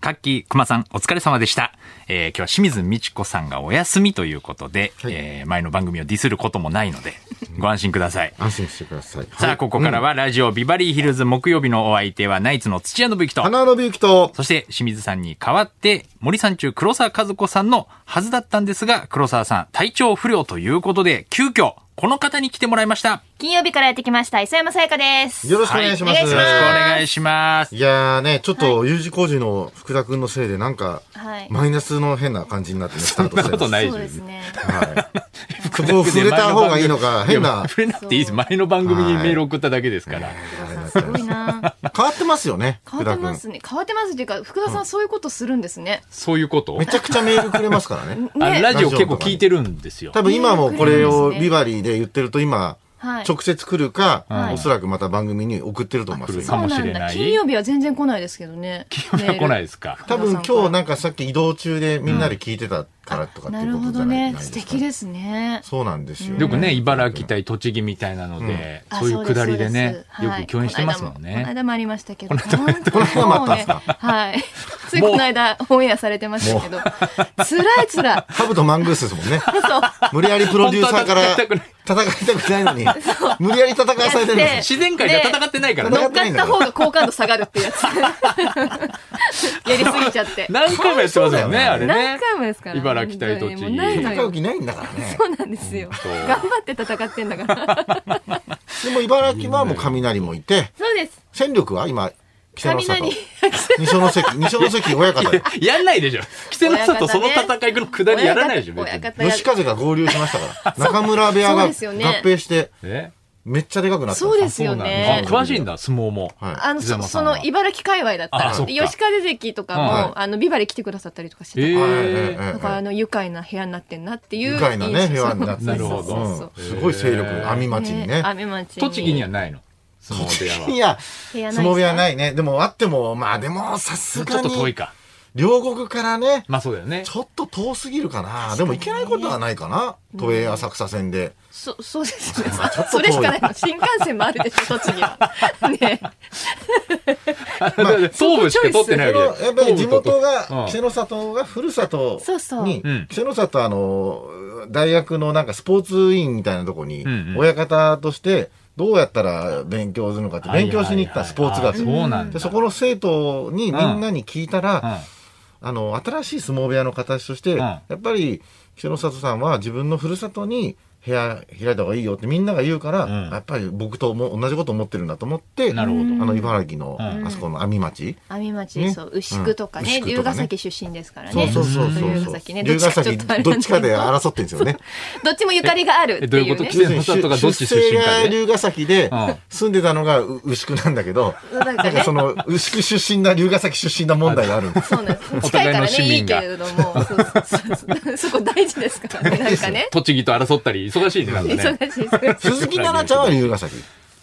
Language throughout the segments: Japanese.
カッキー、熊さん、お疲れ様でした。えー今日は清水美智子さんがお休みということで、えー前の番組をディスることもないので、 ご安心ください。安心してください。さあ、ここからは。はラジオビバリーヒルズ木曜日のお相手はナイツの土屋信之と、花のびゆきと、そして清水さんに代わって、森さん中黒沢和子さんのはずだったんですが、黒沢さん体調不良ということで、急遽、この方に来てもらいました。金曜日からやってきました、磯山さやかです。よろしくお願いします。はいおよろしくお願いします。いやーね、ちょっと U 字工事の福田君のせいで、なんか、はいマイナスの変な感じになってね、スター トそんなことないそうですね。はい。ここを触れた方がいいのか、変な。触れなくていいです。前の番組にメール送っただけですから。すごいな。変わってますよね、変福わっ田てま君。すね。変わってますっていうか、福田さんそういうことするんですね。そういうことめちゃくちゃメールくれますからね。あラね。ジオ結構聞いてるんですよ。 多分今もこれをビバリーで言ってると今、はい直接来るか、はいおそらくまた番組に送ってると思います来るよか。もしそうれなんなだ。い金曜日は全然来ないですけどね。今日は来ないでですか。多分今日なんかさっき移動中でみんなで聞いてたからとかってないるうこほとじどゃないねで。素すか。敵ですね。そうなんですよ。よくね、茨城対栃木みたいなので、あそういうくだりでそうねす、よはくい共演してますもんこのね。間もありましたけど。本当この間もあったんですかもうねはい。 ついこの間オンエアされてましたけど。つらいつら い。カブとマングースですもんね。 そう。無理やりプロデューサーから本当は戦いたくないの に、無理やり戦わされてるんです自よ。然界では戦ってないからねね。乗っかった方が好感度下がるって やつ。やりすぎちゃって。何回もやってますよね、あれ何ね。回もですから、茨城対栃木本当にもうない戦のうよ。気ないんだからね。そうなんですよ。頑張って戦ってんだから。でも茨城はもう雷もいて、そうです。戦力は今、北の里雷。。二の 関、二の関親方。やんないでしょ。稀勢の里その親方戦いのくだりやらないでしょ、別親に。方や吉風が合流しましたから。中村部屋がそ合うですよね併して、えめっちゃでかくなったん。そうですすよあね。詳しいんだ、相撲も。はい。あの、磯そ山さそんはの、茨城界隈だったあら、そっか吉川関とかも、はいあの、ビバリ来てくださったりとかしてたえから、はいえええなんかあの、愉快な部屋になってんなっていう愉印象。快なね、部屋になってなてるほどそうそうそううんすごい勢力、網町にね。雨町に。栃木にはないの。相撲部屋いは。や、相部屋ないですか撲部屋ないね。でもあっても、まあでも、さちょすっとが遠いに、か。両国からね、まあそうだよね。ちょっと遠すぎるかな。でも行けないことはないかな。都営浅草線で。そ、そうですねまあちょっ。とそ遠いれしかないの。新幹線もあるでしょ、栃木は。 ねえ 東部しか取ってないそのわけやっぱり地元うんが、稀勢の里がふるさとそうそうに、うん稀勢の里あの、大学のなんかスポーツ委員みたいなとこにうんうん、親方として、どうやったら勉強するのかって勉強しに行ったスポーツそ学うなんでだ。そこの生徒にみんなに聞いたら、うんあの、新しい相撲部屋の形として、んやっぱり、稀勢の里さんは自分のふるさとに部屋開いた方がいいよってみんなが言うから、うんやっぱり僕とも同じこと思ってるんだと思って、なるほどあの、茨城の、うんあそこの網町。網町、ねそう牛久とかね,、うん牛久龍とかヶね崎出身ですからねそうそうそうそう。龍ヶ崎ね龍ヶ崎、あれどっちかでなんだ争ってるんで すよね。けどどっちもゆかりがあるっていうえどういうねこ稀勢の里がどっち出身かで出生が龍ヶ崎でうん、住んでたのがう牛久なんだけど、そうだからなんかねその、牛久出身な龍ヶ崎出身な問題がある んです。そうなんですお近い互いかのら市ねいい民けがれどもそうそうそうそうそこ大事ですからねなんかね栃木と争ったり、忙しいね、なんかね。忙しいです鈴木奈々ちゃんは龍ヶ崎。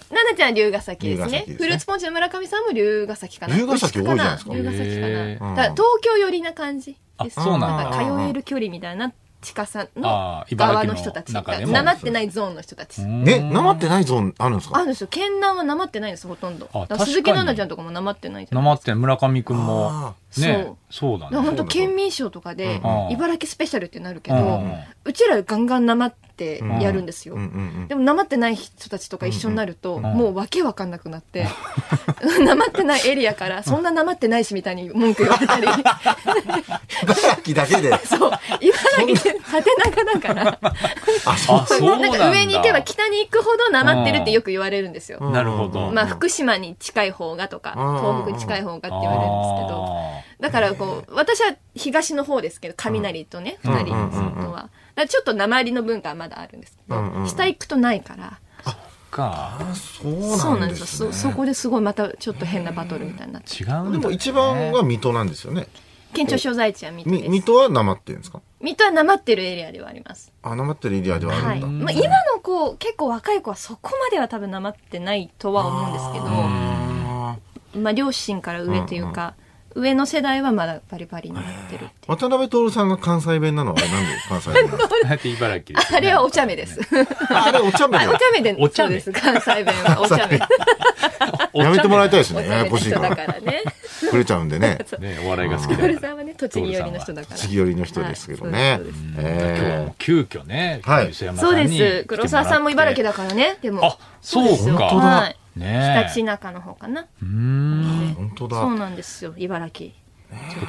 奈々ちゃん龍ヶ崎です龍ヶね崎ですねフルーツポンチの村上さんも龍ヶ崎かな龍ヶ崎多いじゃないですか龍ヶ崎かなへーだから東京寄りな感じですあそうなんだか通える距離みたいな近さあのー茨側城のの人たち中でもなまってないゾーンの人たちね、なまってないゾーンあるんですあるかんですよ。県南はなまってないんです、ほとんど。だから確かに鈴木奈々ちゃんとかもなまってないじゃなないまってん村上くんもあ。ーね。そうだだからね。本当県民賞とかでうん、茨城スペシャルってなるけうどん、うちらガンガンなまってやるんですようんう。んうん。でもなまってない人たちとか一緒になると、んもうわけわかんなくなって、 なまってないエリアから、そんななまってないしみたいに文句言われた り、茨城だけで。そう、茨城で縦長だから、あ、そう。そうなんだか上に行けば北に行くほどなまってるってよく言われるんですよ。 うんなるほど。まあ、福島に近い方がとか、うん東北に近い方がって言われるんですけど、だからこう、私は東の方ですけど、雷とね、ん二人の外は。だからちょっと鉛の文化はまだあるんですけど、うんうん下行くとないから、か。あそそううななんんでですよ。すねそ、そこですごいまたちょっと変なバトルみたいになって。違うんだね。でも一番は水戸なんですよね。県庁所在地は水戸みで水す。戸はなまってるんですか水戸は鉛ってるエリアではあります。あ、なまってるエリアではあはるい。んだ。まあ、今の子、結構若い子はそこまでは多分鉛ってないとは思うんですけど、あーまあ、両親から上というか、上の世代はまだパリパリになってるっていう。渡辺徹さんが関西弁なのはあれなんで関西弁なのだって茨城ですよねあれはお茶目です。ああれお茶目 あおよ茶目で、お茶そう目です。関西弁はお茶目。お茶やめてもらいたいですおね。や茶や目こなしい人から。だからね。触れちゃうんでね。ね、お笑いが好きだトルかさら。んはね、栃木寄りの人だから。栃木寄りの人ですけどはいねそうです。今日はもえう急遽ね、はい磯山そうさんでにす。黒沢さんも茨城だ。だからね。でも。あ、そうですよか。本当だはい。ひねたちなかの方かな。うーん。え本当だ。そうなんですよ、茨城。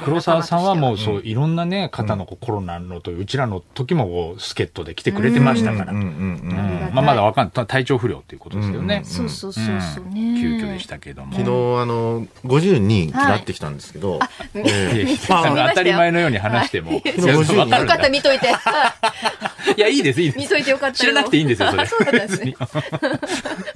黒沢さんはもうう。そう、いろんなね、方のこうコロナのという、うちらの時もこう、助っ人で来てくれてましたから。ううんんうんうんうんありがたいまあまだわかんない。体調不良っていうことですけどうんうねん。そうそうそうそうね。ん急遽でしたけども。昨日、あの、50人なってきたんですけど、ええあの 見ましたよ当たり前のように話しても。はいいやわかるよかった、見とい て。はいいや、いいです、いいです。見といてよかったよ。知らなくていいんですよ、それ。あそうだった んですね。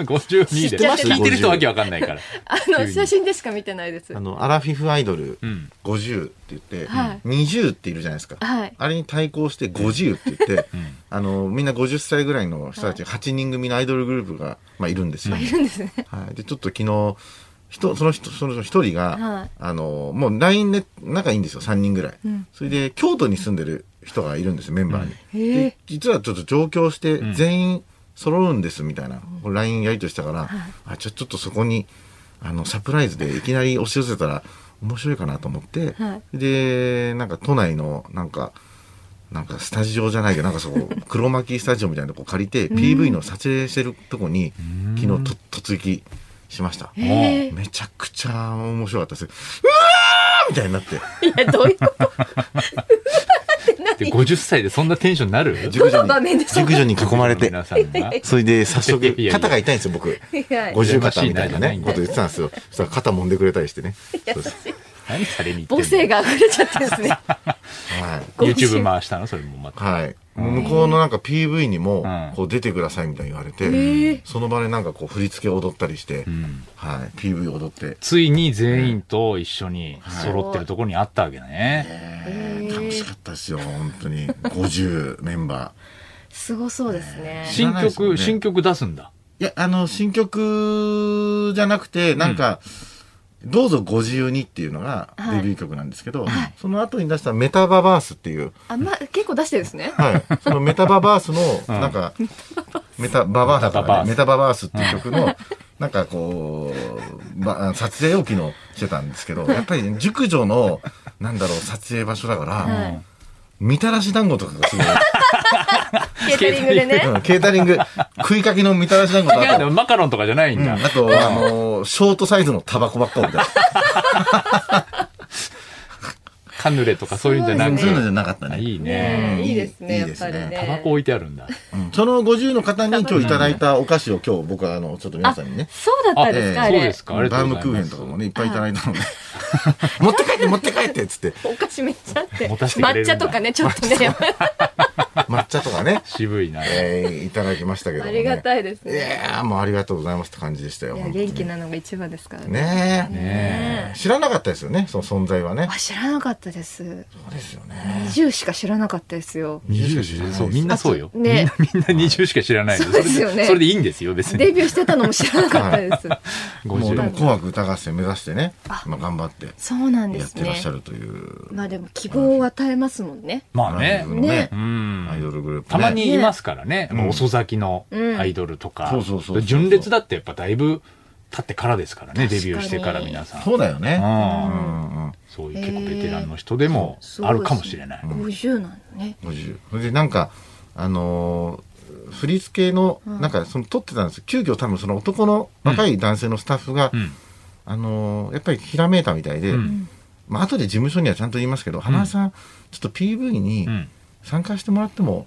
52で。知ってます聞いてる人わけわかんないから。あ急の、に写真でしか見てないですあ。の、アラフィフアイドルうん。 50って言って、はい20っているじゃないですか。はい。あれに対抗して50って言って、んあの、みんな50歳ぐらいの人たち、8人組のアイドルグループが、まあ、いるんですよ。いるんですね。はい、でちょっと昨日人その人その一人が、はいあのもう LINE で仲いいんですよ3人ぐらい、んそれで京都に住んでる人がいるんですよメンバーに、へえで実はちょっと上京してん全員揃うんですみたいな、これ LINE やりとしたから、あちょちょっとそこにあのサプライズでいきなり押し寄せたら面白いかなと思って、はでなんか都内のなんかなんかスタジオじゃないけどなんかそこ黒巻スタジオみたいなとこ借りて PV の撮影してるとこに昨日と突撃しましたへえめちゃくちゃ面白かったですうわーみたいになっていや、どういうことで、50歳でそんなテンションになる熟どの場面でそんな女に囲まれて 皆さんが。それで早いやいやい速や肩が痛いんですよ僕いや五十肩みたいな羨ましいねなこと言ってたんですよそしたら肩揉んでくれたりしてねそうです何されに行ってんの母性が溢れちゃってですね。はいご自身 YouTube 回したのそれもまた。はい。もう向こうのなんか PV にもうん、こう出てくださいみたいに言われて、ーその場でなんかこう振り付け踊ったりして、うんはい、PV 踊って、ついに全員と一緒に揃ってるところにあったわけだね。へー楽しかったですよ、本当に。50メンバすごそうですね。ー新知らないですもん曲、ね新曲出すんだ。ー。いや、あの、新曲じゃなくて、なんか、どうぞご自由にっていうのがはいデビュー曲なんですけど、その後に出したメタババースっていう、あんま、結構出してるんですね。はい、そのメタババース の、なんか、メタババースとかね、メメタババースっていう曲の、なんかこう、ば撮影を昨日してたんですけど、やっぱりね、熟女の、なんだろう、撮影場所だから、はい。みたらし団子とかがすごい、ケータリングでね。うんケータリング、食いかけのみたらし団子といや、あでと、もマカロンとかじゃないんうんだ。あと、あの、ショートサイズのタバコばっかみたいな。カヌレとかそういうんじゃなそういうのじゃく。なかったあね。いいね。ねえいいですね、いいやっですぱねりね。タバコ置いてあるんだ。うんその50の方に今日いただいたお菓子を今日僕はあの、ちょっと皆さんにね、そうだったんですか、ああそうれで。すか。ありがバとうごウムざいまクーヘンすとかもね、いっぱいいただいたので。 持って帰って、持って帰ってっつって。お菓子めっちゃあって。持たせてくれるんだ、抹茶とかね、ちょっとね。抹茶とかね 渋いな。えーいただきましたけども、あね。りがたいですいね。やーもうありがとうございますって感じでしたよ。いや、本当に元気なのが一番ですからね。ねえね知らなかったですよね、その存在はねあ、。知らなかったです。そうですよね。 20しか知らなかったですよ。 20しか知らないですそう、みんなそうよ。みんねな、みんな20しか知らないのそうですよねそれそれでいいんですよ、別デに。ビューしてたのも知らなかっ たです。もうで50。も紅白歌合戦目指してね、まあ頑張ってそうなんでやっすてらっねしゃ。るという。まあでも希望を与えますもんね。まあねライ。ブのねねうんアイドルグループ、ね。たまにいますからね。ね遅咲きのアイドルとかうんそうそうそうそ。う純烈だってやっぱだいぶ経ってからですからね、確かデにビューしてから皆さん。そうだよね。うんうんうん。そういう結構ベテランの人でもあるかもしれない。 50なのね。 50。それでなんか、あのー振り付けの、なんかその撮ってたんですよ。急遽多分その男の若い男性のスタッフが、うん。あのーやっぱりひらめいたみたいで、うんまあ後で事務所にはちゃんと言いますけど、花さん、ちょっと PV にうん参加してもらっても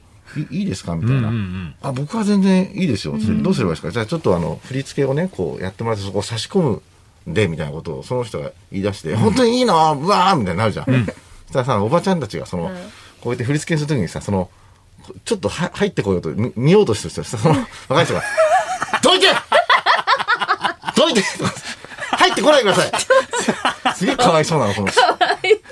いいいですかみうたんいうんな、うん。あ、僕は全然いいですよ、つってどうすればいいですか、じゃあちょっとあの振り付けをね、こうやってもらって、そこを差し込むんでみたいなことをその人が言い出して、本当にいいのうわーみたいになるじゃん。そしたらさ、おばちゃんたちがその、んこうやって振り付けするときにさ、その、こうちょっとは入ってこようと、み見ようとしてる人、その若い人が、どいてどいてとか入ってこないでくださいすげえかわいそうなの、この人。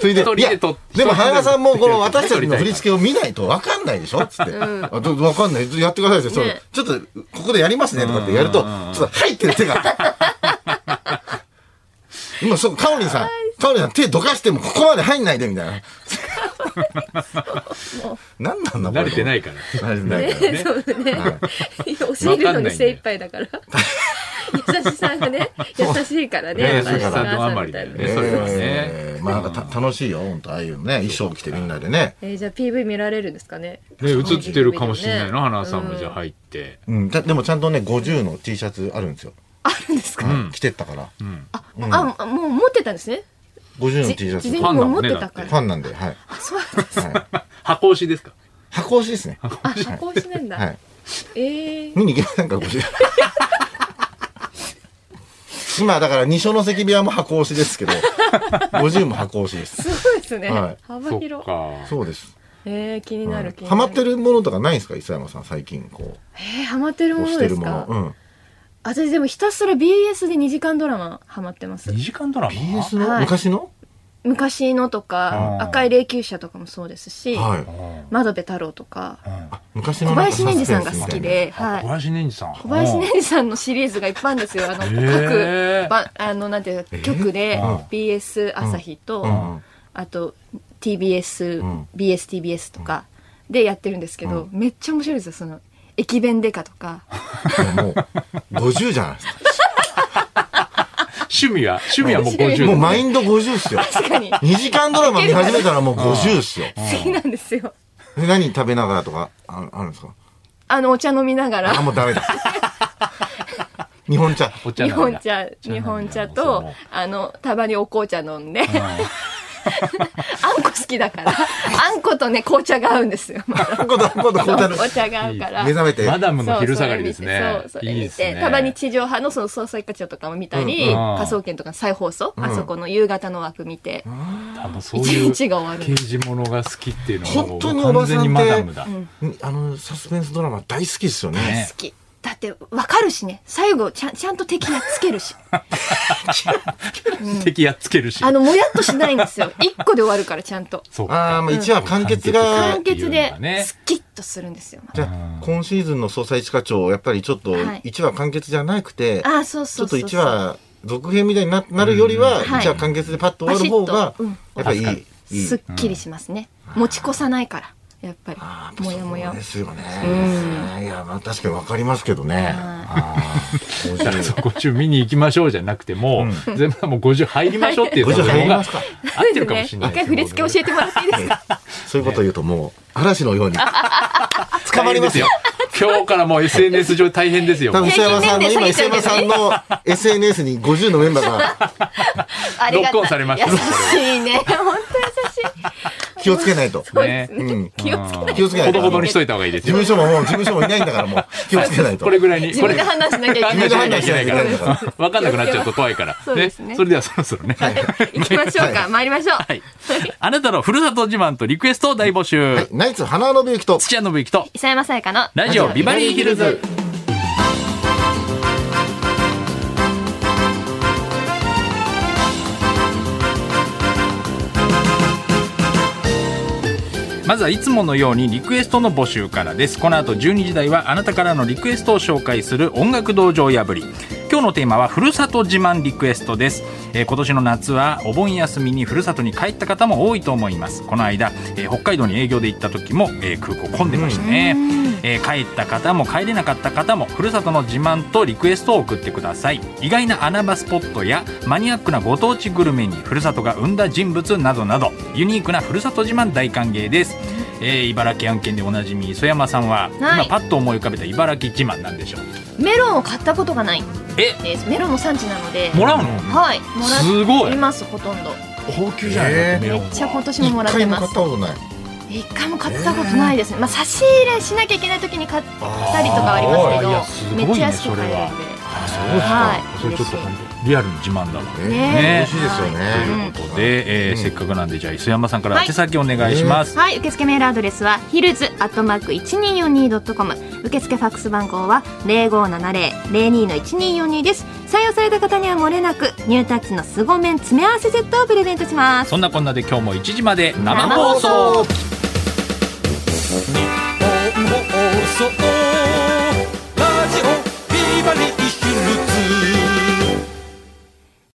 それで、一人いでや、とで一人でも、花さんも、この私たちの振り付けを見ないと分かんないでしょつって。あど分かんない。やってくださいって、そうねちょっと、ここでやりますねとかってやると、ちょっと入ってる手が。今、そう、カオリンさん、タオルさん手どかしてもここまで入んないでみたいな。 何なんだこれ。慣れてないから。慣れてないから。ね そうね。教えるのに精一杯だから。優しさがね、優しいからね。ね優しさのあまりだよねそれはねえーまあなんかた楽しいよ、本当ああいうね、衣装着てみんなでね。えーじゃあ PV 見られるんですかね。ね、映ってるかもしれないの、ね花さんもじゃあうん入って。うん、たでもちゃんとね、50の T シャツあるんですよ。あるんですか。ん着てったから。うん。あ、あ、もう持ってたんですね。 50のじ T シャツ。事前にフもう持ってたかァら。ンなんで、はい。あそうなんです。はい、箱押しですか箱押しですね。あ、加工してんはだい。。ええ。見に行けませんか、50。今、だから、二所ノ関部屋も箱押しですけど、50も箱押しです。すごいですねはい。幅そっ広。か。そうです。ええ気になる気になる。ハマってるものとかないんですか、磯山さん、最近、こえーハマってるう、も押のしてでるすもの。うか。ん。私でもひたすら BS で2時間ドラマハマってます2。時間ドラマ BS のはい昔の昔のとかう、ん赤い霊柩車とかもそうですし、はい。うん窓辺太郎とか、あ昔の小なんか林サスペンス稔二さみんたがいな好きで、はい小。林稔二さん。小林ねさんのシリーズがいっぱいあるんですよ。あの、へー各、ばあの、なんていうか、局でうん BS 朝日と、うんうんあと TBS、うん BSTBS とかでやってるんですけど、めっちゃ面白いですよ、その、駅弁デカとか。もう、50じゃないですか。趣味は趣味はもう趣味もう50。マインド50っすよ。確かに、好 2時間ドラマ見始めたらもう50っすよ。きなんですよ。で何食べながらとか、ああるんですかあの、お茶飲みながあ、ら、もうダメだ。 日本茶。お茶日なん本だ茶、日本茶そうと、あの、たまにお紅茶飲んで、あん こ好きだから、あんことね、紅茶が合うんで すよ。今度、今度、紅茶の お茶が合うから。目覚めて。マダそムうの昼下がりですねそうそ。れ見いいてですそうそれ見てね。たまに地上波のその捜査一課長とかも見たり、うん科捜研とかの再放送、んあそこの夕方の枠見て、多分そう一いう日が終わる。刑事ものが好きっていうのはも本う当におば完さ全んっにてマダムだ。うんあの、サスペンスドラマ大好きですよね。好き。だって、わかるしね。最後、ちゃん、ちゃんと敵やっつけ るし。敵やっつけるし。あの、もやっとしないんですよ。一個で終わるから、ちゃ んと。そうか。ああ、まあ1話完結うんが完、結いいでんだね、スキッとするんですよ。じゃあ、今シーズンの捜査一課長、やっぱりちょっとはい1話完結じゃなくて、ああ、そうちそょうっとそう。 1話続編みたいにななるよりは、はい1話完結でパッと終わる方がバシッとうん、やっぱりいい確か。いいすっきりしますね。持ち越さないから、やっぱあり。もやもやそう。ですよね。ういや、まあ確かにわかりますけどね。あーだからそう50見に行きましょうじゃなくても、全部もう50入りましょうっていう50入りますか合ってるかもしれない です一回よ。振り付け教えてもらっていいですかそういうこと言うともう、嵐のように。捕まりますよ。 今日からもう SNS 上大変ですよ。多分、磯山さんの、今、平磯均年山齢さ下んげの SNS に50のメンバーがありロがたいックオンされました優しいね。本気をつけないと。当にね優しい。うん気をつけなうんい気をつけないほと。どほどにしといた方がいいです事よ。務所ももう、事務所もいないんだからもう、気をつけないと。これぐらいに。自これ分で話しなきゃい判断自けし分なきでゃいけないか判断しなきゃいけないからら。分かんなくなっちゃうと怖いから。そうですねそれではそろそろね。ない。行きましょうか。参りましょう。 はい。あなたのふるさと自慢とリクエストを大募集。ナイツ、花のびゆきと、土屋信之と、磯山さやかの。ラジオビバリーヒルズ。まずはいつものようにリクエストの募集からです。この後12時台はあなたからのリクエストを紹介する音楽道場破り。今日のテーマはふるさと自慢リクエストです、えー今年の夏はお盆休みにふるさとに帰った方も多いと思います。この間、えー北海道に営業で行った時も、えー空港混んでましたね、えー帰った方も帰れなかった方もふるさとの自慢とリクエストを送ってください。意外な穴場スポットやマニアックなご当地グルメにふるさとが生んだ人物などなどユニークなふるさと自慢大歓迎です、えー茨城案件でおなじみ磯山さんは、は今いパッと思い浮かべた茨城自慢なんでしょうメロンを買ったことがないえです。メロンの産地なので。もらうのはい。すもごらっいてます、ほとんど。高級じゃない、えーメめロンっちゃは今年も一もらって回もま買ったす。ことない。一回も買ったことないですね。まあ、差し入れしなきゃいけない時に買ったりとかはありあーいやますすごけいねど、めっちゃ安く買えるんで。はい。それちょっと嬉しい本当リアルに自慢だわえーね美味しいですよね。ということで、えーうんせっかくなんでじゃあ磯山さんからはい宛先お願いします、はい、受付メールアドレスはヒルズアットマーク一二四二ドットコム。受付ファックス番号は零五七零零二の一二四二です。採用された方にはもれなくニュータッチの凄麺詰め合わせセットをプレゼントします。そんなこんなで今日も1時まで生生放送放送日本放送ラジオビバリー